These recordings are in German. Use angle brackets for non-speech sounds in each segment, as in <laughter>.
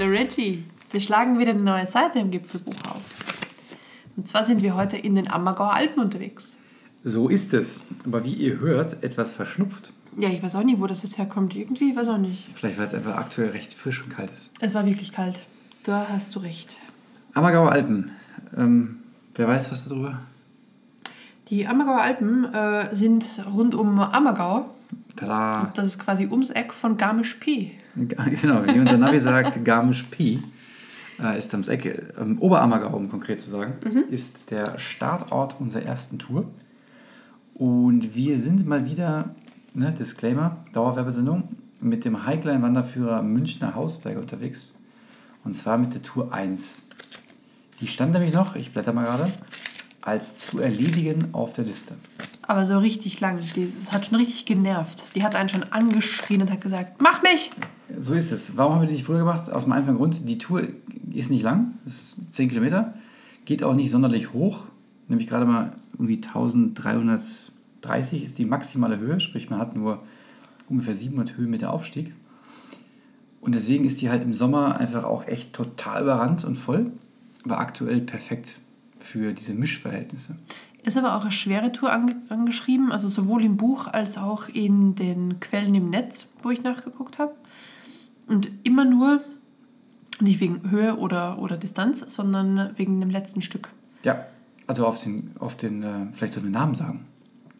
Reggie, wir schlagen wieder eine neue Seite im Gipfelbuch auf. Und zwar sind wir heute in den Ammergauer Alpen unterwegs. So ist es. Aber wie ihr hört, etwas verschnupft. Ja, ich weiß auch nicht, wo das jetzt herkommt. Irgendwie, ich weiß auch nicht. Vielleicht weil es einfach aktuell recht frisch und kalt ist. Es war wirklich kalt. Da hast du recht. Ammergauer Alpen. Ähm, wer weiß was darüber? Die Ammergauer Alpen äh, sind rund um Ammergau. Tada! Das ist quasi ums Eck von Garmisch P. <laughs> Genau, wie unser Navi sagt, Garmisch Pi äh, ist ums Eck, äh, am Oberammergau, um konkret zu sagen, ist der Startort unserer ersten Tour. Und wir sind mal wieder, ne, Disclaimer, Dauerwerbesendung, mit dem Highline-Wanderführer Münchner Hausberg unterwegs. Und zwar mit der Tour 1. Die stand nämlich noch, ich blätter mal gerade, als zu erledigen auf der Liste. Aber so richtig lang. Die- Das hat schon richtig genervt. Die hat einen schon angeschrien und hat gesagt, mach mich! So ist es. Warum haben wir die nicht früher gemacht? Aus dem einfachen Grund, die Tour ist nicht lang, ist 10 Kilometer, geht auch nicht sonderlich hoch, nämlich gerade mal irgendwie 1330 ist die maximale Höhe, sprich man hat nur ungefähr 700 Höhenmeter Aufstieg. Und deswegen ist die halt im Sommer einfach auch echt total überrannt und voll, aber aktuell perfekt für diese Mischverhältnisse. Ist aber auch eine schwere Tour ange angeschrieben, also sowohl im Buch als auch in den Quellen im Netz, wo ich nachgeguckt habe. Und immer nur, nicht wegen Höhe oder, oder Distanz, sondern wegen dem letzten Stück. Ja, also auf den, auf den äh, vielleicht sollten wir Namen sagen.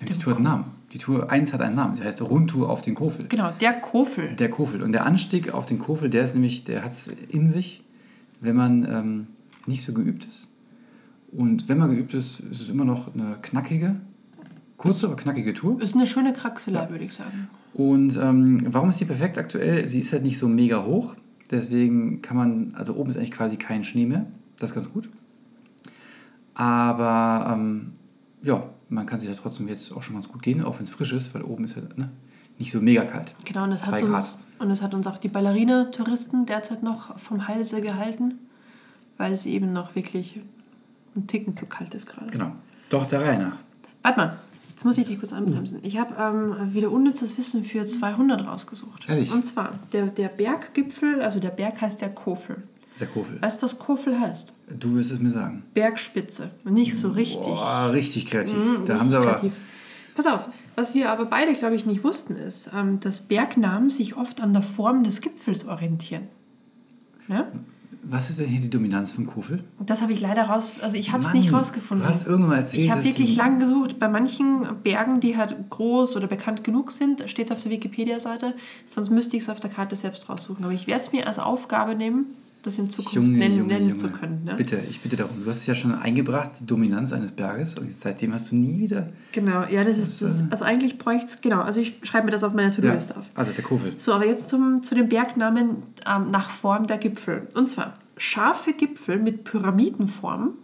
Die Dem Tour hat einen Namen. Die Tour 1 hat einen Namen, sie heißt Rundtour auf den Kofel. Genau, der Kofel. Der Kofel. Und der Anstieg auf den Kofel, der ist nämlich, der hat es in sich, wenn man ähm, nicht so geübt ist. Und wenn man geübt ist, ist es immer noch eine knackige, kurze, aber knackige Tour. Ist eine schöne Kraxelei, würde ich sagen. Und ähm, warum ist die perfekt aktuell? Sie ist halt nicht so mega hoch. Deswegen kann man, also oben ist eigentlich quasi kein Schnee mehr. Das ist ganz gut. Aber ähm, ja, man kann sich ja trotzdem jetzt auch schon ganz gut gehen, auch wenn es frisch ist, weil oben ist halt ne, nicht so mega kalt. Genau, und das, Zwei hat uns, und das hat uns auch die Ballerina-Touristen derzeit noch vom Halse gehalten, weil es eben noch wirklich einen Ticken zu kalt ist gerade. Genau. Doch der Reiner. Warte mal, jetzt muss ich dich kurz anbremsen. Ich habe ähm, wieder unnützes Wissen für 200 rausgesucht. Ehrlich? Und zwar, der, der Berggipfel, also der Berg heißt ja Kofel. Der Kofel. Weißt du, was Kofel heißt? Du wirst es mir sagen. Bergspitze. Nicht so richtig. Boah, richtig kreativ. Mhm, da haben sie richtig aber. kreativ. Pass auf, was wir aber beide, glaube ich, nicht wussten, ist, ähm, dass Bergnamen sich oft an der Form des Gipfels orientieren. Ne? Was ist denn hier die Dominanz von Kofel? Und Das habe ich leider raus, also ich habe es Mann, nicht rausgefunden. Du hast irgendwann mal erzählt, Ich habe dass wirklich die- lang gesucht. Bei manchen Bergen, die halt groß oder bekannt genug sind, steht es auf der Wikipedia-Seite. Sonst müsste ich es auf der Karte selbst raussuchen. Aber ich werde es mir als Aufgabe nehmen, das in Zukunft Junge, nennen, Junge, nennen Junge. zu können. Ne? Bitte, ich bitte darum. Du hast es ja schon eingebracht, die Dominanz eines Berges. Und seitdem hast du nie wieder. Genau, ja, das ist das. Also eigentlich bräuchte es, genau, also ich schreibe mir das auf meiner äh, Ja, To-Do-Liste auf. also der Kofel. So, aber jetzt zum, zu den Bergnamen ähm, nach Form der Gipfel. Und zwar scharfe Gipfel mit Pyramidenform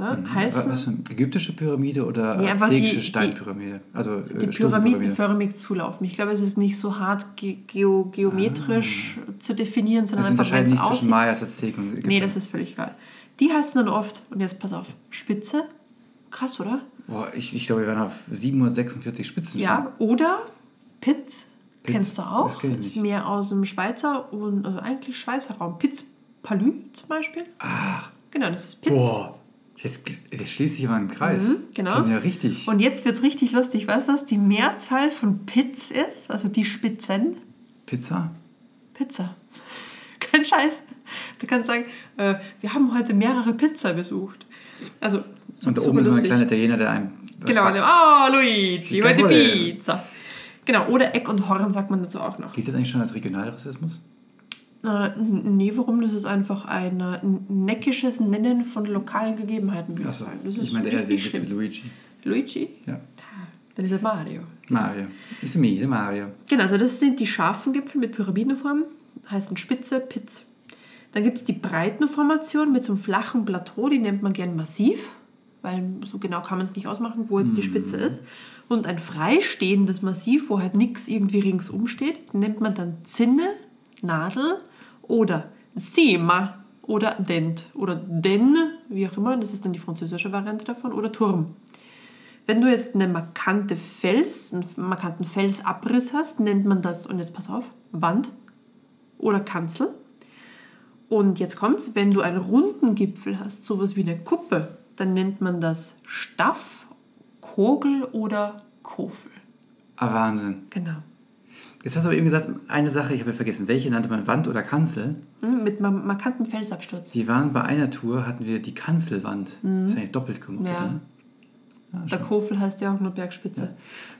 ne, Was, heißen was für eine ägyptische Pyramide oder Nee, einfach aztekische die- die- Steinpyramide? Also die äh, Stufenpyramide. pyramidenförmig zulaufen. Ich glaube, es ist nicht so hart ge geo geometrisch zu definieren, sondern Ah. Also einfach, wenn unterscheiden es nicht zwischen aussieht. Mayas, Azteken und Ägyptern. Nee, das ist völlig egal. Die heißen dann oft, und jetzt pass auf, Spitze. Krass, oder? Boah, ich, ich glaube, wir waren auf 746 Spitzen. Ja, oder Pitz. Pitz, Kennst du auch? das kenn ich ist nicht. mehr aus dem Schweizer und also eigentlich Schweizer Raum. Pitz Palü zum Beispiel. Ach, Genau, das ist Pitz. Ah. boah. Jetzt, jetzt schließt sich immer ein Kreis. Mhm, genau. Das sind ja richtig. Und jetzt wird es richtig lustig. Weißt du, was die Mehrzahl von Pitz ist? Also die Spitzen? Pizza? Pizza. <laughs> Kein Scheiß. Du kannst sagen, äh, wir haben heute mehrere Pizza besucht. Also, Und da super oben ist noch ein lustig. kleiner Italiener, der einen. was Genau, backt. der, oh, Luigi, Kein heute Problem. Pizza. Genau, oder Eck und Horn sagt man dazu auch noch. Gilt das eigentlich schon als Regionalrassismus? Äh, n- nee, warum? Das ist einfach ein äh, n- neckisches Nennen von lokalen Gegebenheiten, würde ich Achso, sagen. Das ist Also, ich meine, er nicht, den nicht Witz mit schlimm. Luigi. Luigi? Ja. Ah, Dann ist er Mario. Mario. Ist mir, der Mario. Genau, also das sind die scharfen Gipfel mit Pyramidenform, heißen Spitze, Pitz. Dann gibt es die Breitenformation mit so einem flachen Plateau, die nennt man gern massiv, weil so genau kann man es nicht ausmachen, wo jetzt die Spitze ist. Und ein freistehendes Massiv, wo halt nichts irgendwie ringsum steht, nennt man dann Zinne, Nadel oder Sema oder Dent oder Den, wie auch immer, das ist dann die französische Variante davon, oder Turm. Wenn du jetzt eine markante Fels, einen markanten Felsabriss hast, nennt man das, und jetzt pass auf, Wand oder Kanzel. Und jetzt kommt's, wenn du einen runden Gipfel hast, sowas wie eine Kuppe, dann nennt man das Staff, Kogel oder Kofel. Ah, Wahnsinn. Genau. Jetzt hast du aber eben gesagt, eine Sache, ich habe ja vergessen, welche nannte man Wand oder Kanzel? Hm, Mit ma- markantem Felsabsturz. Wir waren bei einer Tour, hatten wir die Kanzelwand. Ist eigentlich doppelt gemoppelt, Mhm. Ja. ne? Der Kofel heißt ja auch nur Bergspitze.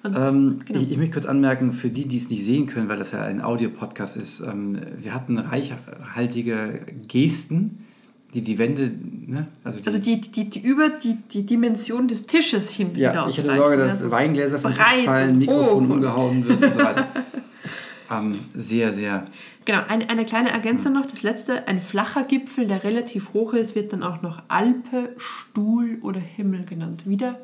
Und genau. Ähm, ich, ich möchte kurz anmerken, für die, die es nicht sehen können, weil das ja ein Audiopodcast ist, ähm, wir hatten reichhaltige Gesten, die die Wände, ne? also die, Also die, die, die über die, die Dimension des Tisches hin ja, hinaus ich hatte reichen, Sorge, ja, dass so. Weingläser vom Tisch ne? breit Oh. fallen, und Mikrofon hoch und- umgehauen wird und so weiter. <laughs> ähm, sehr, sehr. Genau, eine, eine kleine Ergänzung noch, das letzte, ein flacher Gipfel, der relativ hoch ist, wird dann auch noch Alpe, Stuhl oder Himmel genannt. Wieder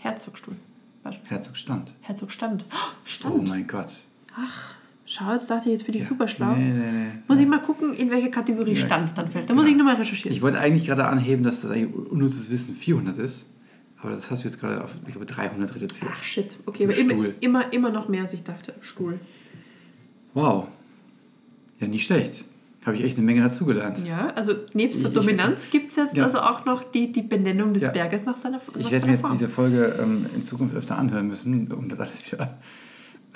Herzogstuhl beispielsweise. Herzogstand. Herzogstand. Oh, Oh Stand. mein Gott. Ach, schau, jetzt dachte ich, jetzt bin ich super schlau. Nee, nee, nee. Muss ich mal gucken, in welche Kategorie Stand dann fällt. Da muss ich nochmal recherchieren. Ich wollte eigentlich gerade anheben, dass das eigentlich unnützes Wissen 400 ist, aber das hast du jetzt gerade auf, ich glaube, 300 reduziert. Ach shit, okay, Im aber immer, Stuhl. immer, immer noch mehr, als ich dachte. Stuhl. Wow. Ja, nicht schlecht. Habe ich echt eine Menge dazugelernt. Ja, also nebst der Ich- Dominanz gibt es jetzt Ja. also auch noch die, die Benennung des Ja. Berges nach seiner, Ich nach werde mir seiner jetzt Form. diese Folge ähm, in Zukunft öfter anhören müssen, um das alles wieder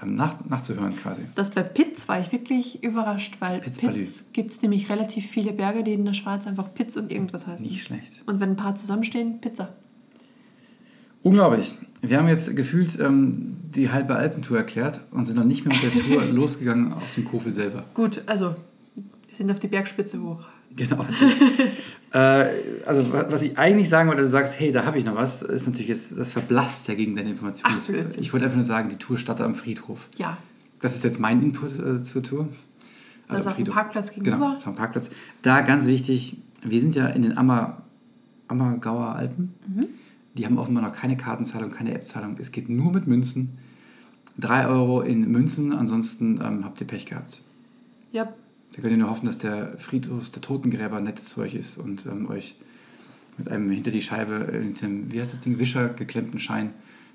ähm, nach, nachzuhören quasi. Das bei Pitz war ich wirklich überrascht, weil Pitz Palü. Pitz gibt es nämlich relativ viele Berge, die in der Schweiz einfach Pitz und irgendwas heißen. Nicht schlecht. Und wenn ein paar zusammenstehen, Pizza. Unglaublich. Wir haben jetzt gefühlt ähm, die halbe Alpentour erklärt und sind noch nicht mehr mit der Tour losgegangen auf den Kofel selber. Gut, also wir sind auf die Bergspitze hoch. Genau. <laughs> äh, also wa- was ich eigentlich sagen wollte, du sagst, hey, da habe ich noch was, ist natürlich jetzt, das verblasst ja gegen deine Informationen. Ach, Blödsinn. ich wollte einfach nur sagen, die Tour startet am Friedhof. Ja, Das ist jetzt mein Input äh, zur Tour. Da ist am auch ein Parkplatz Genau, gegenüber. vom Parkplatz. Da ganz wichtig, wir sind ja in den Ammer, Ammergauer Alpen. Mhm. Die haben offenbar noch keine Kartenzahlung, keine Appzahlung. Es geht nur mit Münzen. 3 Euro in Münzen, ansonsten ähm, habt ihr Pech gehabt. ja, Da könnt ihr nur hoffen, dass der Friedhof der Totengräber nett zu euch ist und ähm, euch mit einem hinter die Scheibe, äh, mit einem, wie heißt das Ding, Wischer geklemmten Schein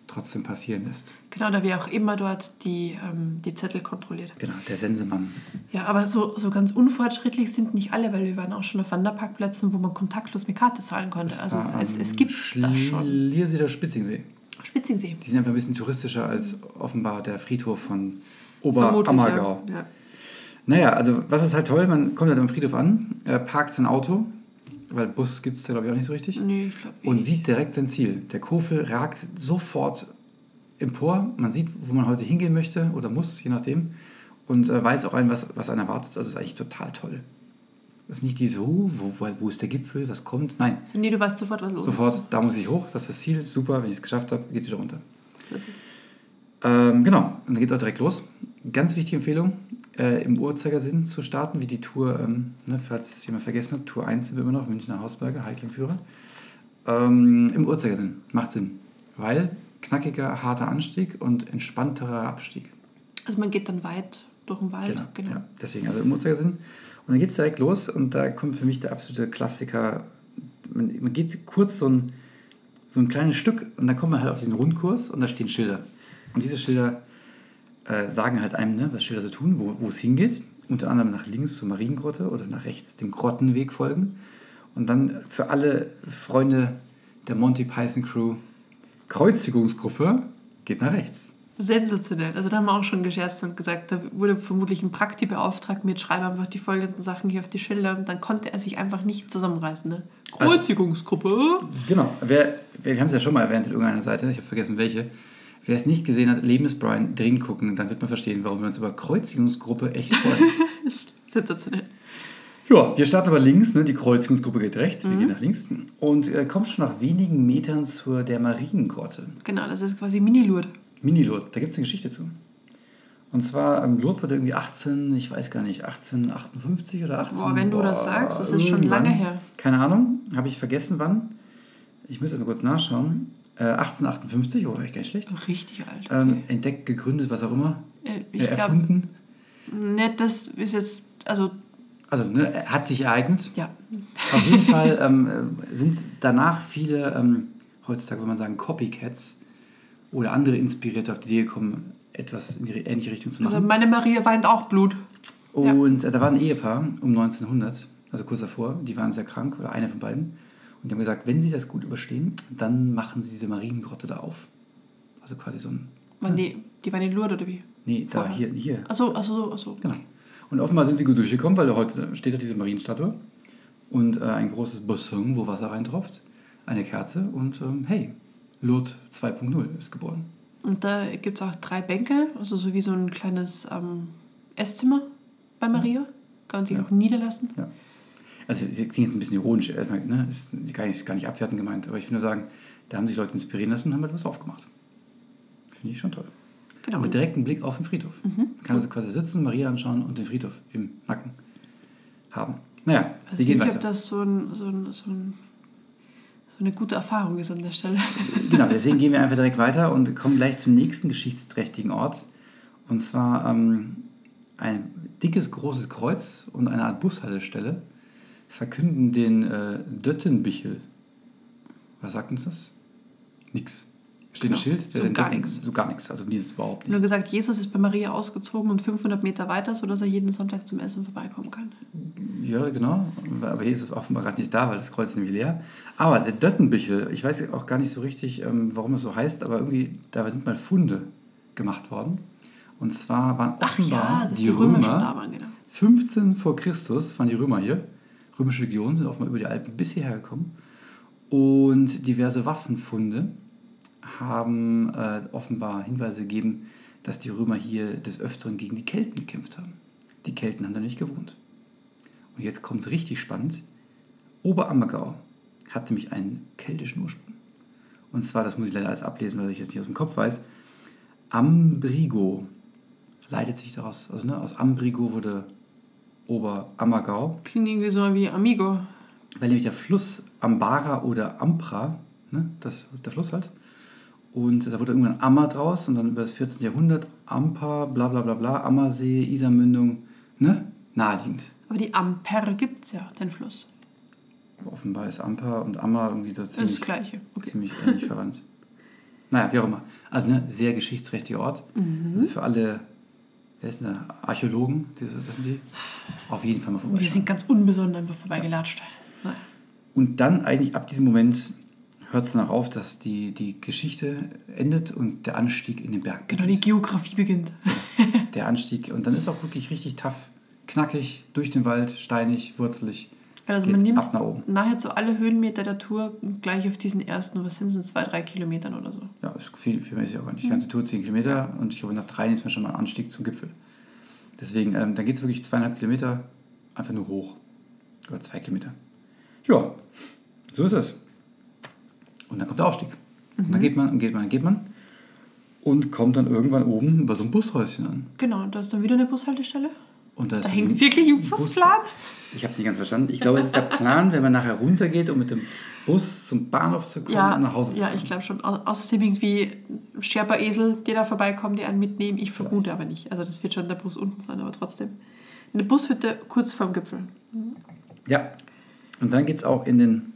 trotzdem passieren lässt. genau, da wir auch immer dort die, ähm, die Zettel kontrolliert. Genau, der Sensemann. Ja, aber so, so ganz unfortschrittlich sind nicht alle, weil wir waren auch schon auf Wanderparkplätzen, wo man kontaktlos mit Karte zahlen konnte. also war es, es am gibt das schon. Schlierseder Spitzingsee. Spitzingsee. Die sind einfach ein bisschen touristischer als offenbar der Friedhof von Vermutlich, Oberammergau. Ja. Ja. Naja, also was ist halt toll, man kommt halt am Friedhof an, äh, parkt sein Auto, weil Bus gibt es da glaube ich auch nicht so richtig, Nee, ich eh glaube und sieht direkt sein Ziel. Der Kofel ragt sofort empor, man sieht, wo man heute hingehen möchte oder muss, je nachdem, und äh, weiß auch ein, was, was einen erwartet. Also ist eigentlich total toll. Das ist nicht die so, wo, wo, wo ist der Gipfel, was kommt, nein. Nee, du weißt sofort, was los Sofort, da muss ich hoch, das ist das Ziel, super, wenn ich es geschafft habe, geht es wieder runter. ist. So ist es. Ähm, genau, und dann geht es auch direkt los. Ganz wichtige Empfehlung, äh, im Uhrzeigersinn zu starten, wie die Tour, ähm, ne, falls jemand vergessen hat, Tour 1 sind wir immer noch, Münchner Hausberge, Hiking-Führer. Ähm, Im Uhrzeigersinn, macht Sinn, weil knackiger, harter Anstieg und entspannterer Abstieg. Also man geht dann weit durch den Wald. Genau. Ja, deswegen, also im Uhrzeigersinn. Und dann geht es direkt los und da kommt für mich der absolute Klassiker. Man, man geht kurz so ein, so ein kleines Stück und dann kommt man halt auf diesen Rundkurs und da stehen Schilder. Und diese Schilder äh, sagen halt einem, ne, was Schilder so tun, wo wo es hingeht. Unter anderem nach links zur Mariengrotte oder nach rechts dem Grottenweg folgen. Und dann für alle Freunde der Monty Python Crew, Kreuzigungsgruppe geht nach rechts. Sensationell. Also da haben wir auch schon gescherzt und gesagt, da wurde vermutlich ein Prakti beauftragt mit schreibe einfach die folgenden Sachen hier auf die Schilder und dann konnte er sich einfach nicht zusammenreißen. Ne? Also- Kreuzigungsgruppe. oh, Genau, wer, wer, wir haben es ja schon mal erwähnt in irgendeiner Seite, ich habe vergessen welche. Wer es nicht gesehen hat, Lebensbrian dringend gucken, dann wird man verstehen, warum wir uns über Kreuzigungsgruppe echt freuen. Sensationell. ja, wir starten aber links, ne? die Kreuzigungsgruppe geht rechts, wir gehen nach links und äh, kommen schon nach wenigen Metern zur der Mariengrotte. Genau, das ist quasi Mini-Lourdes. Mini-Lourdes, da gibt es eine Geschichte zu. Und zwar, ähm, Lourdes wurde irgendwie 18, ich weiß gar nicht, 1858 oder 18... Boah, wenn du das sagst, das ist schon irgendwann. lange her. Keine Ahnung, habe ich vergessen wann. Ich müsste mal kurz nachschauen. Äh, 1858, oh, war ich gar nicht schlecht. Richtig alt. Ähm, Okay. entdeckt, gegründet, was auch immer. Äh, äh, ich glaube, erfunden. nicht, das ist jetzt, also Also, ne, er hat sich ereignet. ja, Auf <laughs> jeden Fall ähm, äh, sind danach viele, ähm, heutzutage würde man sagen, Copycats oder andere Inspirierte auf die Idee gekommen, etwas in die ähnliche Richtung zu machen. also meine Maria weint auch Blut. Ja. Und äh, da war ein Ehepaar um 1900 also kurz davor, die waren sehr krank, oder eine von beiden. Und die haben gesagt, wenn sie das gut überstehen, dann machen sie diese Mariengrotte da auf. Also quasi so ein. Waren die, die waren in Lourdes oder wie? Nee, da, hier, Vorher. hier. Achso, achso, achso. Genau. Und offenbar sind sie gut durchgekommen, weil heute steht da diese Marienstatue und äh, ein großes Bassin, wo Wasser reintropft, eine Kerze und ähm, hey, Lourdes 2.0 ist geboren. Und da gibt es auch drei Bänke, also so wie so ein kleines ähm, Esszimmer bei Maria. Kann man sich Ja. auch niederlassen. Also, sie klingt jetzt ein bisschen ironisch, erstmal, ne? ist gar nicht, gar nicht abwertend gemeint, aber ich will nur sagen, da haben sich Leute inspirieren lassen und haben etwas aufgemacht. Finde ich schon toll. Genau. Mit direktem Blick auf den Friedhof. Mhm. Man kann also quasi sitzen, Maria anschauen und den Friedhof im Nacken haben. Naja, Also wir ich gehen nicht, ob weiter. das so, ein, so, ein, so, ein, so eine gute Erfahrung ist an der Stelle. <laughs> Genau, deswegen gehen wir einfach direkt weiter und kommen gleich zum nächsten geschichtsträchtigen Ort. Und zwar ähm, ein dickes, großes Kreuz und eine Art Bushaltestelle verkünden den äh, Döttenbichel. Was sagt uns das? Nix. Steht Genau, ein Schild? so den gar Dötten- nix. So gar nichts. Also mir ist es überhaupt nicht. Nur gesagt, Jesus ist bei Maria ausgezogen und 500 Meter weiter, sodass er jeden Sonntag zum Essen vorbeikommen kann. Ja, genau. Aber hier ist es offenbar gerade nicht da, weil das Kreuz ist nämlich leer. Aber der Döttenbichel, ich weiß auch gar nicht so richtig, ähm, warum es so heißt, aber irgendwie, da sind mal Funde gemacht worden. Und zwar waren Ach offenbar ja, dass die, die, Römer, Römer schon da waren, genau. 15 vor Christus waren die Römer hier. Römische Legionen sind offenbar über die Alpen bis hierher gekommen. Und diverse Waffenfunde haben äh, offenbar Hinweise gegeben, dass die Römer hier des Öfteren gegen die Kelten gekämpft haben. Die Kelten haben da nicht gewohnt. Und jetzt kommt es richtig spannend. Oberammergau hat nämlich einen keltischen Ursprung. Und zwar, das muss ich leider alles ablesen, weil ich jetzt nicht aus dem Kopf weiß. Ambrigo leitet sich daraus, also ne, aus Ambrigo wurde Oberammergau, Klingt irgendwie so wie Amigo. weil nämlich der Fluss Ambara oder Ampra, ne, das, der Fluss halt, und da wurde irgendwann Ammer draus und dann über das 14. Jahrhundert Amper, bla bla bla bla, Ammersee, Isarmündung, ne, naheliegend. Aber die Ampere gibt es ja, den Fluss. Offenbar ist Amper und Ammer irgendwie so Das ist das ziemlich, Gleiche. Okay. ziemlich ähnlich verwandt. Naja, wie auch immer. Also ne, sehr geschichtsträchtiger Ort. Mhm. Also für alle, wer ist denn da? Archäologen, das, das sind die, auf jeden Fall mal vorbei. Wir sind ganz unbesonnen einfach vorbeigelatscht. Naja. Und dann eigentlich ab diesem Moment hört es noch auf, dass die, die Geschichte endet und der Anstieg in den Berg Genau, beginnt. die Geografie beginnt. Der Anstieg und dann ist auch wirklich richtig tough, knackig, durch den Wald, steinig, wurzelig. Also Geht's man nimmt ab nach oben. nahezu alle Höhenmeter der Tour gleich auf diesen ersten, was sind es, zwei, drei Kilometern oder so. Ja, ist viel, viel mehr ist ja auch gar nicht. Mhm. Die ganze Tour 10 Kilometer und ich glaube nach dreien ist man schon mal am Anstieg zum Gipfel. Deswegen, ähm, dann geht es wirklich zweieinhalb Kilometer einfach nur hoch. Oder zwei Kilometer. Ja, so ist es. Und dann kommt der Aufstieg. Und Mhm. dann geht man und geht man und geht man. Und kommt dann irgendwann oben bei so einem Bushäuschen an. Genau, und da ist dann wieder eine Bushaltestelle. Und Da ist hängt ein- wirklich ein ein Busplan. Ich habe es nicht ganz verstanden. Ich glaube, es ist der Plan, wenn man nachher runtergeht, um mit dem Bus zum Bahnhof zu kommen Ja, und nach Hause zu ja fahren. ich glaube schon. Au- Außerdem irgendwie Sherpa-Esel, die da vorbeikommen, die einen mitnehmen. Ich vermute aber nicht. Also das wird schon der Bus unten sein, aber trotzdem. Eine Bushütte kurz vorm Gipfel. Ja. Und dann geht es auch in den,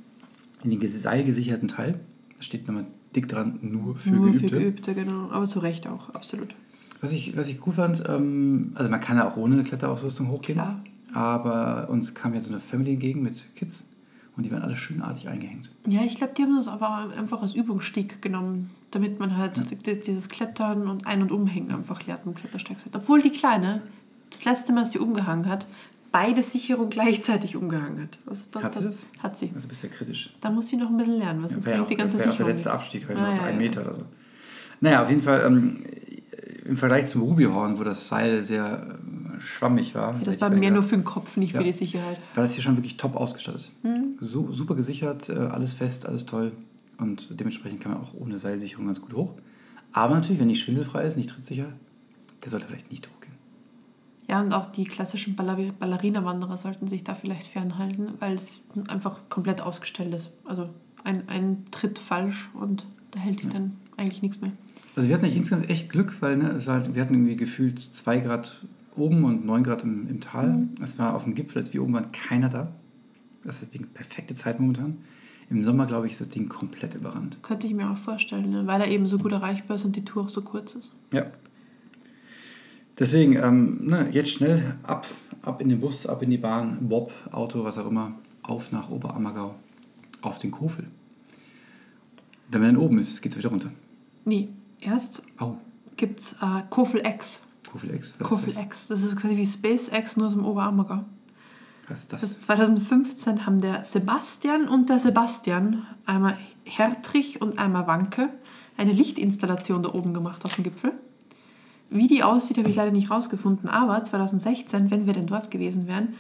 in den ges- seilgesicherten Teil. Da steht nochmal dick dran, nur für Nur Geübte. für Geübte, genau. Aber zu Recht auch, absolut. Was, ich, was ich gut fand, ähm, also man kann ja auch ohne Kletterausrüstung hochgehen. Klar. Aber uns kam ja so eine Family entgegen mit Kids und die waren alle schönartig eingehängt. Ja, ich glaube, die haben das aber einfach als Übungsstieg genommen, damit man halt di- dieses Klettern und Ein- und Umhängen einfach lernt im Klettersteig. sein. Obwohl die Kleine, das letzte Mal, als sie umgehangen hat, beide Sicherungen gleichzeitig umgehangen hat. Also da- Hat sie da- das? Hat sie. Also bist ja kritisch. Da muss sie noch ein bisschen lernen, weil sonst Wäre bringt auch- die ganze das wäre auch der Sicherung letzte nichts. Abstieg, halt Ah, auf ja, einen ja. Meter oder so. Naja, auf jeden Fall ähm, im Vergleich zum Rubihorn, wo das Seil sehr äh, schwammig war. Ja, das war mehr nur für den Kopf, nicht Ja. für die Sicherheit. war das hier schon wirklich top ausgestattet. So, super gesichert, äh, alles fest, alles toll. Und dementsprechend kann man auch ohne Seilsicherung ganz gut hoch. Aber natürlich, wenn nicht schwindelfrei ist, nicht trittsicher, der sollte vielleicht nicht hochgehen. Ja, und auch die klassischen Baller Ballerina-Wanderer sollten sich da vielleicht fernhalten, weil es einfach komplett ausgestellt ist. Also ein, ein Tritt falsch und da hält dich dann eigentlich nichts mehr. Also wir hatten eigentlich insgesamt echt Glück, weil ne, es war halt, wir hatten irgendwie gefühlt 2 Grad oben und 9 Grad im, im Tal. Es war auf dem Gipfel, als wir oben waren, keiner da. Das ist deswegen perfekte Zeit momentan. Im Sommer, glaube ich, ist das Ding komplett überrannt. Könnte ich mir auch vorstellen, ne? weil er eben so gut erreichbar ist und die Tour auch so kurz ist. Ja. Deswegen, ähm, ne, jetzt schnell ab, ab in den Bus, ab in die Bahn, Bob, Auto, was auch immer, auf nach Oberammergau, auf den Kofel. Wenn man dann oben ist, geht es wieder runter. Nee, erst Au, gibt es äh, Kofel X. Kofel X. Was Kofel ist das? X, das ist quasi wie SpaceX, nur aus dem Oberammergau. Was ist das? Das ist 2015 haben der Sebastian und der Sebastian, einmal Hertrich und einmal Wanke, eine Lichtinstallation da oben gemacht auf dem Gipfel. Wie die aussieht, habe ich leider nicht rausgefunden, aber 2016, wenn wir denn dort gewesen wären,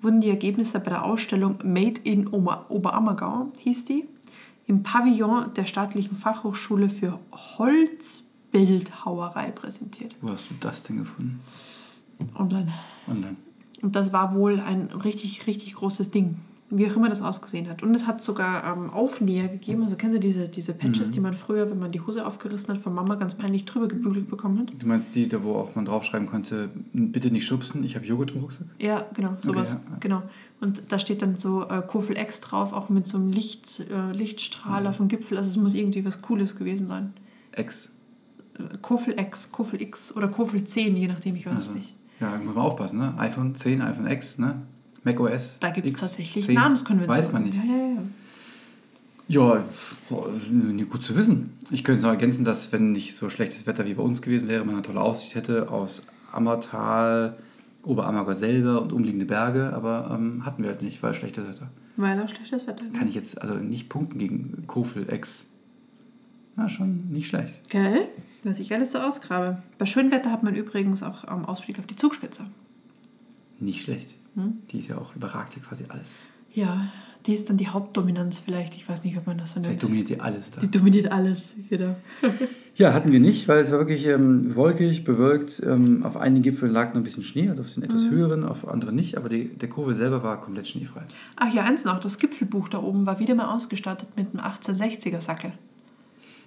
wurden die Ergebnisse bei der Ausstellung Made in Oma- Oberammergau, hieß die, im Pavillon der Staatlichen Fachhochschule für Holzbildhauerei präsentiert. Wo hast du das denn gefunden? Online. Online. Und das war wohl ein richtig, richtig großes Ding. Wie auch immer das ausgesehen hat. Und es hat sogar ähm, Aufnäher gegeben. Also kennst du diese, diese Mhm. Patches, die man früher, wenn man die Hose aufgerissen hat, von Mama ganz peinlich drüber gebügelt bekommen hat? Du meinst die, da wo auch man draufschreiben konnte, bitte nicht schubsen, ich habe Joghurt im Rucksack? Ja, genau, sowas. ja, ja. Genau. Und da steht dann so äh, Kofel X drauf, auch mit so einem Licht, äh, Mhm. Lichtstrahl auf dem Gipfel. Also es muss irgendwie was Cooles gewesen sein. Ex. Äh, Kofel X, Kofel X oder Kofel 10, je nachdem, ich weiß es Also. nicht. Ja, muss man aufpassen, ne? iPhone 10, iPhone X, ne? Mac OS. Da gibt es X, tatsächlich 10. Namenskonventionen. Weiß man nicht. Ja, ja, ja. Ja, boah, nee, gut zu wissen. Ich könnte noch ergänzen, dass, wenn nicht so schlechtes Wetter wie bei uns gewesen wäre, man eine tolle Aussicht hätte aus Ammertal, Oberammergau selber und umliegende Berge, aber ähm, hatten wir halt nicht, weil schlechtes Wetter. Weil auch schlechtes Wetter. Kann ich jetzt also nicht punkten gegen Kofel Ex. Na, schon nicht schlecht. Gell? Was ich alles so ausgrabe. Bei schönem Wetter hat man übrigens auch am Ausblick auf die Zugspitze. Nicht schlecht. Hm? Die ist ja auch überragt ja quasi alles. Ja, die ist dann die Hauptdominanz vielleicht. Ich weiß nicht, ob man das so Vielleicht nennt. dominiert die alles da. Die dominiert alles, genau. Ja, hatten wir nicht, weil es war wirklich ähm, wolkig, bewölkt. Ähm, auf einigen Gipfeln lag noch ein bisschen Schnee, also auf den etwas höheren, auf anderen nicht, aber die, der Kurve selber war komplett schneefrei. Ach ja, eins noch. Das Gipfelbuch da oben war wieder mal ausgestattet mit einem 1860er-Sackel.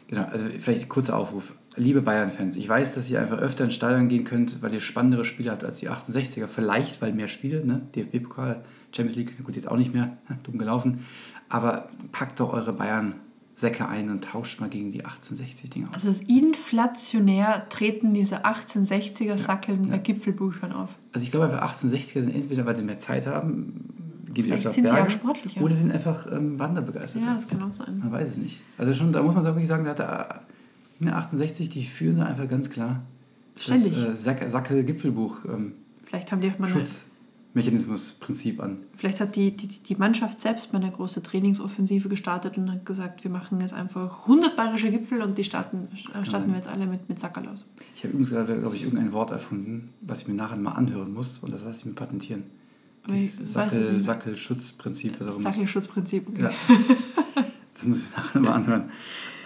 Genau, also vielleicht ein kurzer Aufruf. Liebe Bayern-Fans, ich weiß, dass ihr einfach öfter ins Stadion gehen könnt, weil ihr spannendere Spiele habt als die 68er. Vielleicht, weil mehr Spiele, ne? DFB-Pokal, Champions League, gut, jetzt auch nicht mehr, <laughs> dumm gelaufen. Aber packt doch eure Bayern-Säcke ein und tauscht mal gegen die 1860-Dinger aus. Also das inflationär treten diese 1860er-Sackeln bei Gipfelbüchern auf. Also ich glaube einfach, 1860er sind entweder, weil sie mehr Zeit haben, gehen sie Vielleicht öfter auf sind sie auch Berge, sportlicher. oder sind einfach ähm, wanderbegeistert. Ja, das kann auch sein. Man weiß es nicht. Also schon, da muss man wirklich sagen, da hat der eine 68 die führende einfach ganz klar Ständig. das äh, Sack- Sackel-Gipfelbuch ähm, Vielleicht, haben die auch mal eine, Schutzmechanismus-Prinzip an. vielleicht hat die, die, die Mannschaft selbst mal eine große Trainingsoffensive gestartet und hat gesagt, wir machen jetzt einfach 100 bayerische Gipfel und die starten, starten sein. wir jetzt alle mit, mit Sackerl aus. Ich habe übrigens gerade, glaube ich, irgendein Wort erfunden, was ich mir nachher mal anhören muss und das lasse ich mir patentieren. Aber Dieses ich weiß es Sackel- nicht. Sackel-Schutzprinzip, was auch immer. Sackelschutzprinzip. Okay. Ja. Das muss ich mir nachher nochmal anhören.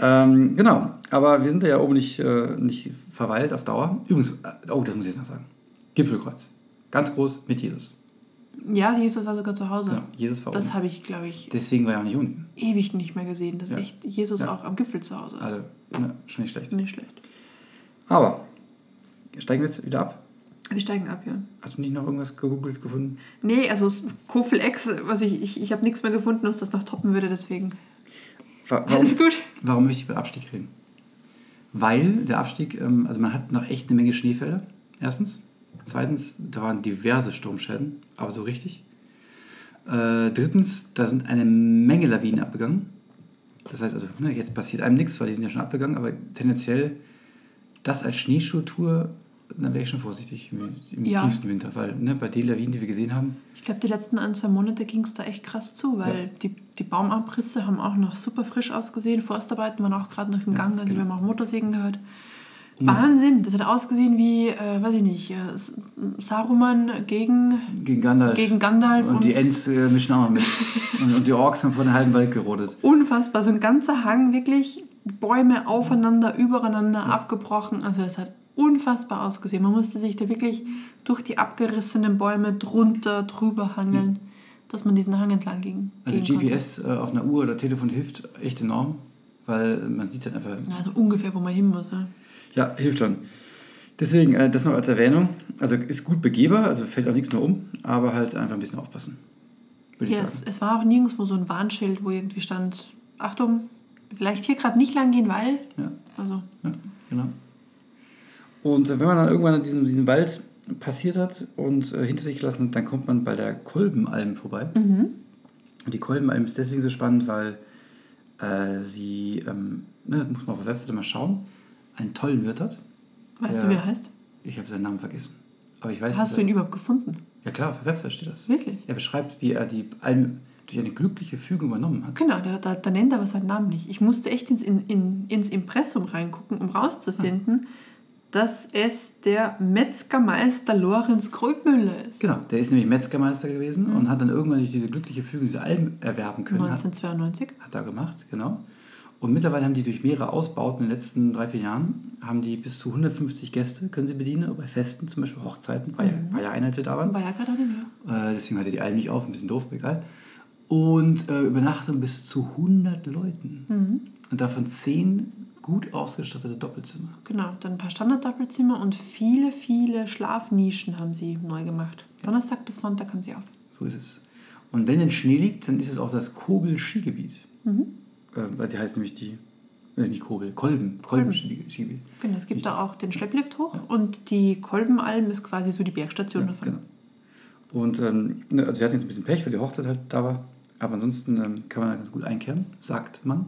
Ähm, genau, aber wir sind da ja oben nicht, äh, nicht verweilt auf Dauer. Übrigens, äh, oh, das muss ich jetzt noch sagen. Gipfelkreuz. Ganz groß mit Jesus. Ja. Jesus war sogar zu Hause. Genau, Jesus war Das oben. habe ich, glaube ich, Deswegen war er auch nicht unten. ewig nicht mehr gesehen, dass Ja. echt Jesus Ja. auch am Gipfel zu Hause ist. Also, ne, schon nicht schlecht. Nicht schlecht. Aber, steigen wir jetzt wieder ab. Wir steigen ab, ja. Hast du nicht noch irgendwas gegoogelt gefunden? Nee, also es- Kofel X, also ich, ich, ich habe nichts mehr gefunden, was das noch toppen würde, deswegen. Wa- Warum, Alles gut. warum möchte ich über Abstieg reden? Weil der Abstieg, ähm, also man hat noch echt eine Menge Schneefelder, erstens. Zweitens, da waren diverse Sturmschäden, aber so richtig. Äh, drittens, da sind eine Menge Lawinen abgegangen. Das heißt also, ne, jetzt passiert einem nichts, weil die sind ja schon abgegangen, aber tendenziell das als Schneeschuhtour, dann wäre ich schon vorsichtig im, im Ja. tiefsten Winter, weil ne, bei den Lawinen, die wir gesehen haben, Ich glaube, die letzten ein, zwei Monate ging es da echt krass zu, weil die, die Baumabrisse haben auch noch super frisch ausgesehen. Forstarbeiten waren auch gerade noch im Gang, also genau. wir haben auch Motorsägen gehört. Wahnsinn, das hat ausgesehen wie, äh, weiß ich nicht, äh, S- Saruman gegen gegen Gandalf. gegen Gandalf und, die Ents äh, mischen auch noch <laughs> mit. und, und die Orks haben vor den halben Wald gerodet. unfassbar. So ein ganzer Hang, wirklich Bäume aufeinander, übereinander abgebrochen. Also es hat unfassbar ausgesehen. Man musste sich da wirklich durch die abgerissenen Bäume drunter, drüber hangeln, dass man diesen Hang entlang ging. Also gehen konnte. GPS äh, auf einer Uhr oder Telefon hilft echt enorm, weil man sieht dann einfach, Ja, Also ungefähr, wo man hin muss. Ja. ja, hilft schon. Deswegen, äh, das noch als Erwähnung, also ist gut begehbar, also fällt auch nichts mehr um, aber halt einfach ein bisschen aufpassen, würde ich Ja, es, sagen. es war auch nirgendwo so ein Warnschild, wo irgendwie stand, Achtung, vielleicht hier gerade nicht lang gehen, weil... Ja. Also, Ja, genau. Und äh, wenn man dann irgendwann in diesem, diesem Wald passiert hat und äh, hinter sich gelassen hat, dann kommt man bei der Kolbenalm vorbei. Mhm. Und die Kolbenalm ist deswegen so spannend, weil äh, sie, ähm, ne, muss man auf der Webseite mal schauen, einen tollen Wirt hat. Weißt Ja. du, wie er heißt? Ich habe seinen Namen vergessen. Aber ich weiß dass Hast du er- ihn überhaupt gefunden? Ja klar, auf der Webseite steht das. Wirklich? Er beschreibt, wie er die Alm durch eine glückliche Fügung übernommen hat. Genau, da, da, da nennt er aber seinen Namen nicht. Ich musste echt ins, in, in, ins Impressum reingucken, um Hm. rauszufinden, dass es der Metzgermeister Lorenz Gröbmüller ist. Genau, der ist nämlich Metzgermeister gewesen Mhm. und hat dann irgendwann durch diese glückliche Fügung diese Alm erwerben können. Hat, 1992. hat er gemacht, genau. Und mittlerweile haben die durch mehrere Ausbauten in den letzten drei, vier Jahren, haben die bis zu 150 Gäste, können sie bedienen, bei Festen, zum Beispiel Hochzeiten, war, Mhm. ja, war ja einer, als wir da waren. War ja gerade nicht mehr. Äh, deswegen hatte die Alm nicht auf, ein bisschen doof, aber egal. Und äh, Übernachtung bis zu 100 Leuten. Mhm. Und davon 10 gut ausgestattete Doppelzimmer. Genau, dann ein paar Standard-Doppelzimmer und viele, viele Schlafnischen haben sie neu gemacht. Donnerstag bis Sonntag haben sie auf. So ist es. Und wenn denn Schnee liegt, dann ist es auch das Kobel-Skigebiet. Mhm. Äh, weil sie heißt nämlich die, äh, nicht Kobel, Kolben. Kolben-Skigebiet. Genau, es gibt da auch den Schlepplift hoch und die Kolbenalm ist quasi so die Bergstation davon. Genau. Und ähm, ne, also wir hatten jetzt ein bisschen Pech, weil die Hochzeit halt da war. Aber ansonsten ähm, kann man da ganz gut einkehren, sagt man.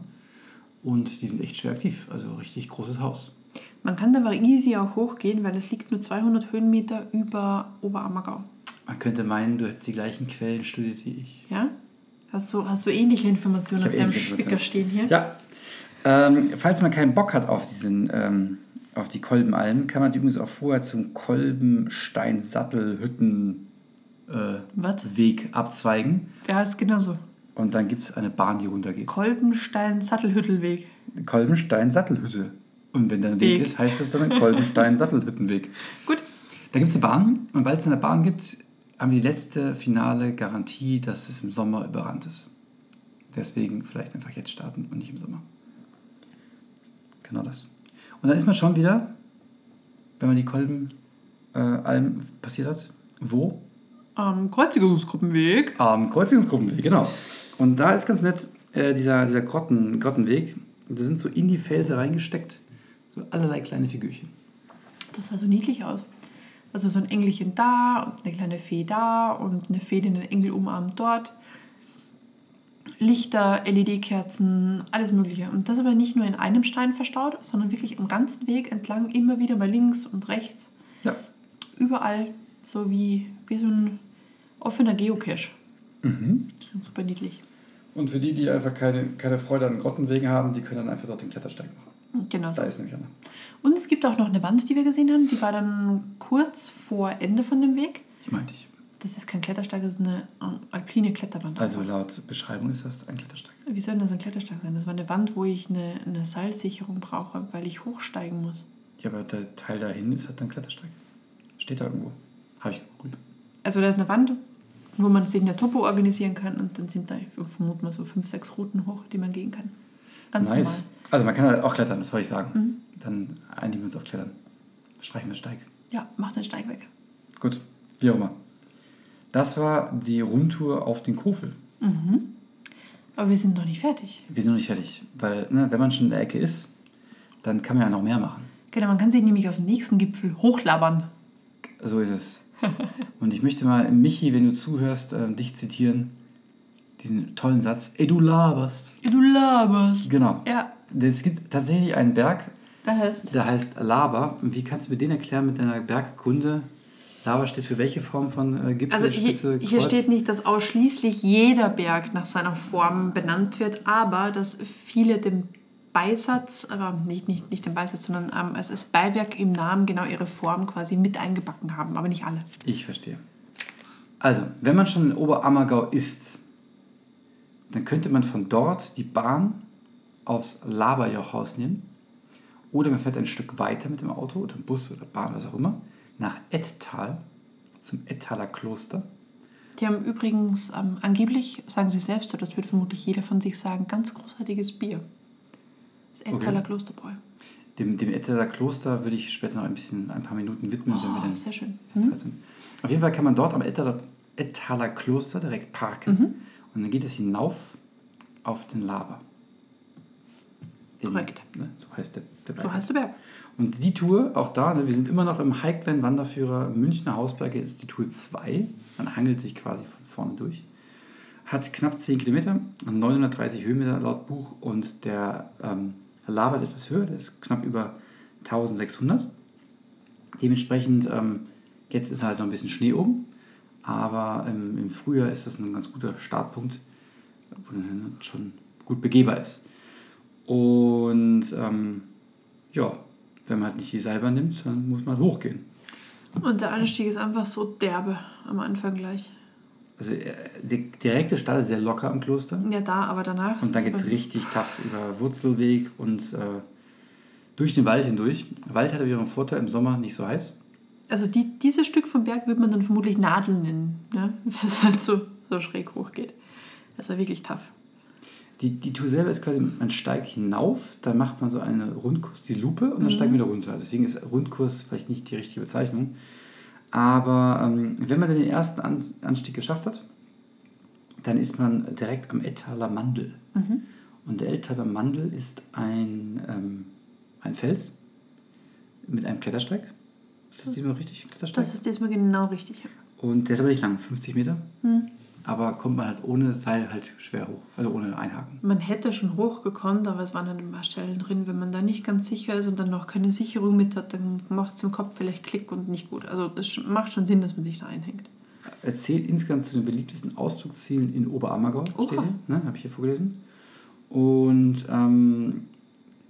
Und die sind echt schwer aktiv. Also richtig großes Haus. Man kann da aber easy auch hochgehen, weil es liegt nur 200 Höhenmeter über Oberammergau. Man könnte meinen, du hättest die gleichen Quellen studiert wie ich. Ja? Hast du, hast du ähnliche Informationen Ich auf hab deinem ähnliche Spicker stehen hier? Ja. Ähm, falls man keinen Bock hat auf diesen, ähm, auf die Kolbenalm, kann man die übrigens auch vorher zum Kolbensteinsattelhütten äh, Was? Weg abzweigen. Ja, ist genauso. Und dann gibt es eine Bahn, die runtergeht. Kolbenstein-Sattelhüttelweg. Kolbenstein-Sattelhütte. Und wenn da ein Weg Weg. ist, heißt das dann Kolbenstein-Sattelhüttenweg. Gut. Da gibt es eine Bahn und weil es eine Bahn gibt, haben wir die letzte finale Garantie, dass es im Sommer überrannt ist. Deswegen vielleicht einfach jetzt starten und nicht im Sommer. Genau das. Und dann ist man schon wieder, wenn man die Kolben äh, Alm passiert hat, wo? Am Kreuzigungsgruppenweg. Am Kreuzigungsgruppenweg, genau. Und da ist ganz nett äh, dieser, dieser Grotten, Grottenweg. Und Da sind so in die Felsen reingesteckt, so allerlei kleine Figürchen. Das sah so niedlich aus. Also so ein Engelchen da und eine kleine Fee da und eine Fee, die einen Engel umarmt dort. Lichter, LED-Kerzen, alles Mögliche. Und das aber nicht nur in einem Stein verstaut, sondern wirklich am ganzen Weg entlang immer wieder mal links und rechts. Ja, überall so wie, wie so ein offener Geocache. Super niedlich. Und für die, die einfach keine, keine Freude an Grottenwegen haben, die können dann einfach dort den Klettersteig machen. Genau so. Da ist nämlich einer. Und es gibt auch noch eine Wand, die wir gesehen haben, die war dann kurz vor Ende von dem Weg. Die meinte ich. Das ist kein Klettersteig, das ist eine ähm, alpine Kletterwand. Also laut Beschreibung ist das ein Klettersteig. Wie soll denn das ein Klettersteig sein? Das war eine Wand, wo ich eine, eine Seilsicherung brauche, weil ich hochsteigen muss. Ja, aber der Teil dahin ist halt ein Klettersteig. Steht da irgendwo. Habe ich gegoogelt. Also da ist eine Wand, wo man sich in der Topo organisieren kann und dann sind da vermuten wir so fünf, sechs Routen hoch, die man gehen kann. Ganz normal. Mhm. Also man kann halt auch klettern, das wollte ich sagen. Dann einigen wir uns auf Klettern. Streichen wir Steig. Ja, mach den Steig weg. Gut, wie auch immer. Das war die Rundtour auf den Kofel. Aber wir sind noch nicht fertig. Wir sind noch nicht fertig, weil ne, wenn man schon in der Ecke ist, dann kann man ja noch mehr machen. Genau, man kann sich nämlich auf den nächsten Gipfel hochlabern. So ist es. Und ich möchte mal, Michi, wenn du zuhörst, äh, dich zitieren, diesen tollen Satz, ey, du laberst. Du laberst. Genau. Ja, Es gibt tatsächlich einen Berg, da heißt. der heißt Laber. Und wie kannst du mir den erklären mit deiner Bergkunde? Laber steht für welche Form von äh, Gipfel, Also hier, Spitze, hier Kreuz? steht nicht, dass ausschließlich jeder Berg nach seiner Form benannt wird, aber dass viele dem Beisatz, aber nicht, nicht, nicht dem Beisatz, sondern ähm, es ist Beiwerk im Namen genau ihre Form quasi mit eingebacken haben, aber nicht alle. Ich verstehe. Also, wenn man schon in Oberammergau ist, dann könnte man von dort die Bahn aufs Laberjochhaus nehmen. Oder man fährt ein Stück weiter mit dem Auto oder dem Bus oder Bahn, was auch immer, nach Ettal, zum Ettaler Kloster. Die haben übrigens ähm, angeblich, sagen sie selbst, aber das wird vermutlich jeder von sich sagen, ganz großartiges Bier. Das Ettaler Klosterbräu. Dem, dem Ettaler Kloster würde ich später noch ein bisschen, ein paar Minuten widmen, wenn wir Oh, dann sehr schön. der Zeit sind. Auf jeden Fall kann man dort am Ettaler, Ettaler Kloster direkt Mhm. parken. Und dann geht es hinauf auf den Laber. Den, Korrekt. Ne, so heißt der, der Berg. So heißt der Berg. Und die Tour, auch da, ne, wir sind immer noch im Highland Wanderführer Münchner Hausberge, ist die Tour 2. Man hangelt sich quasi von vorne durch. Hat knapp 10 Kilometer und 930 Höhenmeter laut Buch und der ähm, labert etwas höher, der ist knapp über 1600. Dementsprechend, ähm, jetzt ist halt noch ein bisschen Schnee oben, aber im, im Frühjahr ist das ein ganz guter Startpunkt, wo man schon gut begehbar ist. Und ähm, ja, wenn man halt nicht die Seilbahn nimmt, dann muss man halt hochgehen. Und der Anstieg ist einfach so derbe am Anfang gleich. Also äh, der direkte Start ist sehr locker am Kloster Ja, da, aber danach. und dann geht es richtig tough über Wurzelweg und äh, durch den Wald hindurch. Wald hat wieder einen Vorteil, im Sommer nicht so heiß. Also die, dieses Stück vom Berg würde man dann vermutlich Nadel nennen, ne? <laughs> weil es halt so, so schräg hochgeht. Das war wirklich tough. Die, die Tour selber ist quasi, man steigt hinauf, dann macht man so eine Rundkurs, die Lupe und dann steigt man wieder runter. Also Deswegen ist Rundkurs vielleicht nicht die richtige Bezeichnung. Aber ähm, wenn man dann den ersten An Anstieg geschafft hat, dann ist man direkt am Ettaler Mandel. Und der Ettaler Mandel ist ein, ähm, ein Fels mit einem Klettersteig. Ist das diesmal richtig? Klettersteig? Das ist diesmal genau richtig. ja. Und der ist aber nicht lang, 50 Meter. Aber kommt man halt ohne Seil halt schwer hoch, also ohne Einhaken. Man hätte schon hochgekonnt, aber es waren dann ein paar Stellen drin. Wenn man da nicht ganz sicher ist und dann noch keine Sicherung mit hat, dann macht es im Kopf vielleicht Klick und nicht gut. Also das sch- macht schon Sinn, dass man sich da einhängt. erzählt insgesamt zu den beliebtesten Auszugszielen in Oberammergau, Oha. steht hier, ne? habe ich hier vorgelesen. Und ähm,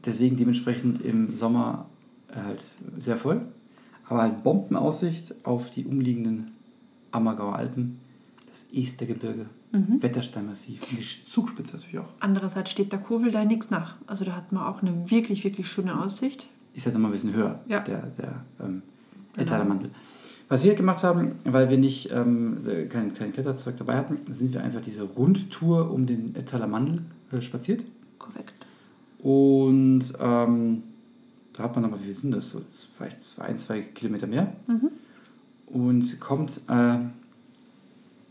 deswegen dementsprechend im Sommer halt sehr voll, aber halt Bombenaussicht auf die umliegenden Ammergauer Alpen, das Estergebirge, Wettersteinmassiv und die Zugspitze natürlich auch. Andererseits steht der Kurvel da nichts nach. Also da hat man auch eine wirklich, wirklich schöne Aussicht. ist halt nochmal ein bisschen höher, Ja. Genau. der, der ähm, Ettalermantel. Was wir gemacht haben, weil wir nicht ähm, äh, kein, kein Kletterzeug dabei hatten, sind wir einfach diese Rundtour um den Ettalermandel äh, spaziert. Korrekt. Und ähm, da hat man aber, wie viel sind das? So, vielleicht zwei, ein, zwei Kilometer mehr. Mhm. Und kommt äh,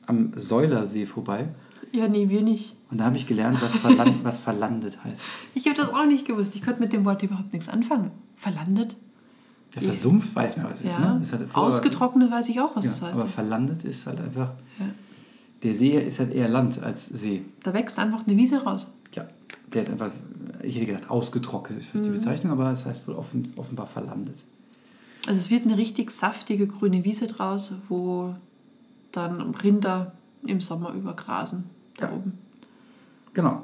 am Säulersee vorbei. Ja, nee, wir nicht. Und da habe ich gelernt, was, <laughs> verlan was verlandet heißt. Ich habe das auch nicht gewusst. Ich konnte mit dem Wort überhaupt nichts anfangen. Verlandet? Der Versumpf weiß man, was es ist. Ja. Ne? Ist halt vorher- Ausgetrocknet weiß ich auch, was Ja, das heißt. aber verlandet ist halt einfach. Ja. Der See ist halt eher Land als See. Da wächst einfach eine Wiese raus. Ja. Der ist einfach, ich hätte gedacht, ausgetrocknet ist Mhm. vielleicht die Bezeichnung, aber es heißt wohl offen, offenbar verlandet. Also es wird eine richtig saftige grüne Wiese draus, wo dann Rinder im Sommer übergrasen. Da Ja. oben. Genau.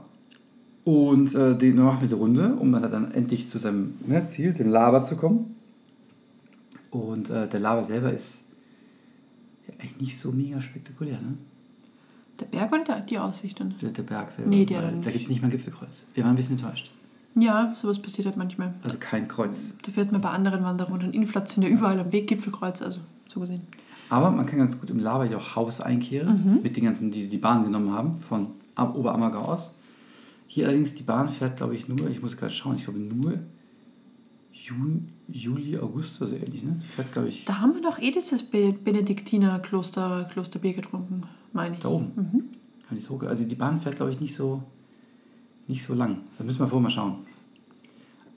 Und äh, den wir machen diese Runde, um dann, dann endlich zu seinem ne, Ziel, dem Laber zu kommen. Und äh, der Laber selber ist ja eigentlich nicht so mega spektakulär, ne? Der Berg und der, die Aussicht dann. Der, der Berg selber. Nee, der weil da nicht. gibt es nicht mal ein Gipfelkreuz. Wir waren ein bisschen enttäuscht. Ja, sowas passiert halt manchmal. Also kein Kreuz. Da fährt man bei anderen Wanderrunden. Inflationär überall am Weg, Gipfelkreuz, also so gesehen. Aber man kann ganz gut im Laberjoch Haus einkehren, mit den ganzen, die die Bahn genommen haben, von Am- Oberammergau aus. Hier allerdings, die Bahn fährt, glaube ich, nur, ich muss gerade schauen, ich glaube nur Juni, Juli, August oder so ähnlich. Ne? Die fährt, glaube ich, Da haben wir doch eh dieses Be- Benediktinerkloster Klosterbier getrunken, meine ich. Mhm. da oben. Haben die es hochge- Also die Bahn fährt, glaube ich, nicht so, nicht so lang. Da müssen wir vorher mal schauen.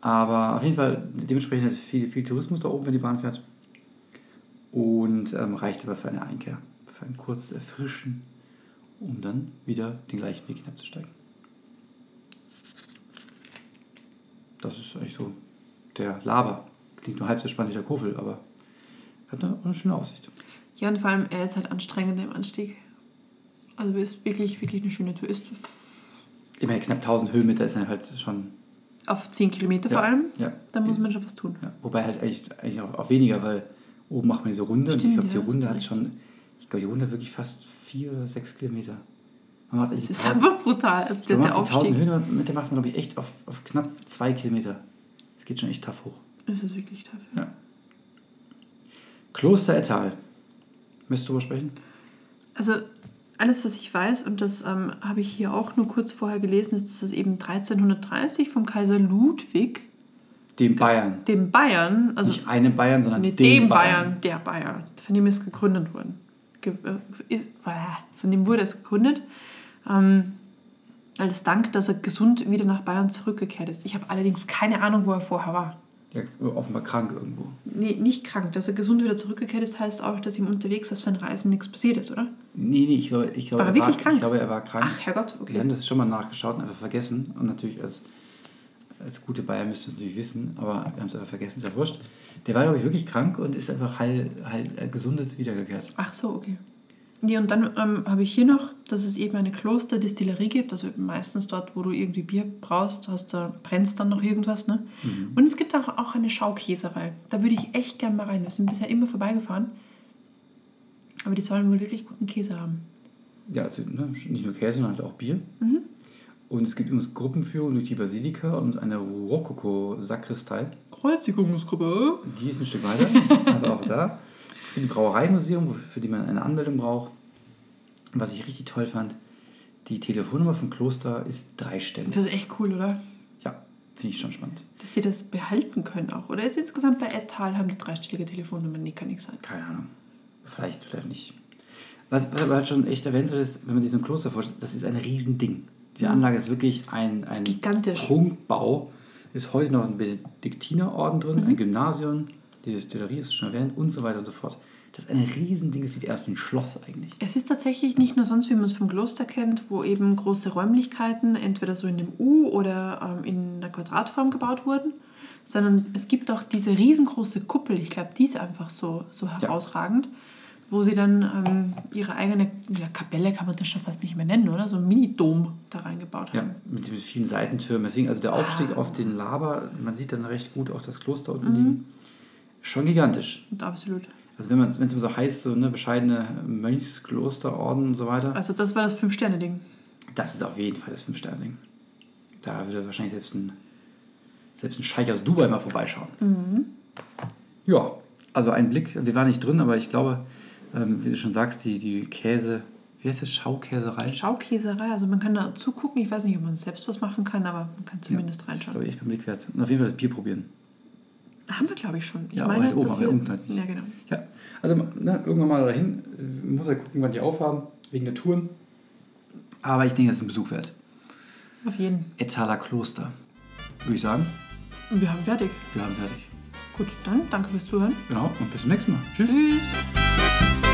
Aber auf jeden Fall, dementsprechend hat viel, viel Tourismus da oben, wenn die Bahn fährt. Und ähm, reicht aber für eine Einkehr, für ein kurzes Erfrischen, um dann wieder den gleichen Weg hinabzusteigen. Das ist eigentlich so der Laber. Klingt nur halb so spannend wie der Kofel, aber hat eine, eine schöne Aussicht. Ja, und vor allem, er ist halt anstrengend im Anstieg. Also ist wirklich, wirklich eine schöne Tour. Ist Ich meine, knapp 1000 Höhenmeter ist halt schon auf 10 Kilometer vor Ja, allem. Ja. Da muss man schon was tun. ja. Wobei halt echt, eigentlich auch, auch weniger, weil oben macht man diese Runde und ich Stimmt, glaube, die ja, hast Runde du hat recht. schon, ich glaube, die Runde hat wirklich fast vier oder sechs Kilometer. Man macht echt Es ist 1000 einfach brutal. Also der, man der macht die 1000 Aufstieg. Höhen, mit der macht man, glaube ich, echt auf, auf knapp zwei Kilometer. Es geht schon echt tough hoch. Es ist wirklich tough. ja. Ja. Kloster Ettal. Möchtest du drüber sprechen? Also alles, was ich weiß, und das ähm, habe ich hier auch nur kurz vorher gelesen, ist, dass es eben 1330 vom Kaiser Ludwig, Dem Bayern. dem Bayern, also Nicht einem Bayern, sondern nee, dem, dem Bayern. Bayern, der Bayern, von dem ist gegründet worden. Ge äh, ist, äh, von dem wurde es gegründet. Ähm, Als Dank, dass er gesund wieder nach Bayern zurückgekehrt ist. Ich habe allerdings keine Ahnung, wo er vorher war. Ja, offenbar krank irgendwo. Nee, nicht krank. Dass er gesund wieder zurückgekehrt ist, heißt auch, dass ihm unterwegs auf seinen Reisen nichts passiert ist, oder? Nee, nee, ich glaube, ich glaube, War er wirklich krank? ich glaube, er war krank. Ach, Herrgott, okay. Wir haben das schon mal nachgeschaut und einfach vergessen. Und natürlich als, als gute Bayern müssten wir es natürlich wissen, aber wir haben es einfach vergessen, ist ja wurscht. Der war, glaube ich, wirklich krank und ist einfach heil, heil äh, gesundet wiedergekehrt. Ach so, okay. Nee, und dann ähm, habe ich hier noch, dass es eben eine Klosterdistillerie gibt. Also meistens dort, wo du irgendwie Bier brauchst, hast du, brennst dann noch irgendwas. Ne? Und es gibt auch, auch eine Schaukäserei. Da würde ich echt gern mal rein. Wir sind bisher immer vorbeigefahren. Aber die sollen wohl wirklich guten Käse haben. Ja, also ne, nicht nur Käse, sondern halt auch Bier. Und es gibt übrigens Gruppenführung durch die Basilika und eine Rokoko-Sakristei. Kreuzigungsgruppe. Die ist ein Stück weiter, also auch da. Es gibt ein Brauereimuseum, wo- für die man eine Anmeldung braucht. Und was ich richtig toll fand, die Telefonnummer vom Kloster ist dreistellig. Das ist echt cool, oder? Ja, finde ich schon spannend. Dass sie das behalten können auch. Oder ist insgesamt bei Ettal haben die dreistellige Telefonnummer? Nee, kann ich sagen. Keine Ahnung. Vielleicht, vielleicht nicht. Was, was aber halt schon echt erwähnenswert ist, wenn man sich so ein Kloster vorstellt, das ist ein Riesending. Diese Anlage ist wirklich ein, ein Gigantisch. Prunkbau. Ist heute noch ein Benediktinerorden drin, ein Gymnasium, die Distillerie ist schon erwähnt und so weiter und so fort. Das ist ein Riesending, es sieht erst wie ein Schloss eigentlich. Es ist tatsächlich nicht nur sonst, wie man es vom Kloster kennt, wo eben große Räumlichkeiten entweder so in dem U oder ähm, in einer Quadratform gebaut wurden, sondern es gibt auch diese riesengroße Kuppel, ich glaube, die ist einfach so, so herausragend, wo sie dann ähm, ihre eigene ja, Kapelle, kann man das schon fast nicht mehr nennen, oder? So ein Minidom da reingebaut Ja, haben. mit, mit vielen Seitentürmen. Deswegen, also der Aufstieg auf den Laber, man sieht dann recht gut auch das Kloster unten liegen. Schon gigantisch. Und absolut. Also wenn man es immer so heißt, so ne, bescheidene Mönchsklosterorden und so weiter, Also das war das Fünf-Sterne-Ding. das ist auf jeden Fall das Fünf-Sterne-Ding. Da würde wahrscheinlich selbst ein, selbst ein Scheich aus Dubai mal vorbeischauen. Ja, also ein Blick, wir waren nicht drin, aber ich glaube, ähm, wie du schon sagst, die, die Käse, wie heißt das, Schaukäserei? Schaukäserei, also man kann da zugucken, ich weiß nicht, ob man selbst was machen kann, aber man kann zumindest Das ist, reinschauen. glaube ich, echt beim Blick wert. Und auf jeden Fall das Bier probieren. Haben wir, glaube ich, schon. Ich Ja, aber halt oben, aber unten halt nicht. Ja, genau. Ja, also ne, irgendwann mal dahin, äh, muss ja gucken, wann die aufhaben, wegen der Touren. Aber ich denke, es ist ein Besuch wert. Auf jeden. Etzaler Kloster. Würde ich sagen, Und wir haben fertig. wir haben fertig. Gut, dann danke fürs Zuhören. Genau, und bis zum nächsten Mal. Tschüss. Tschüss.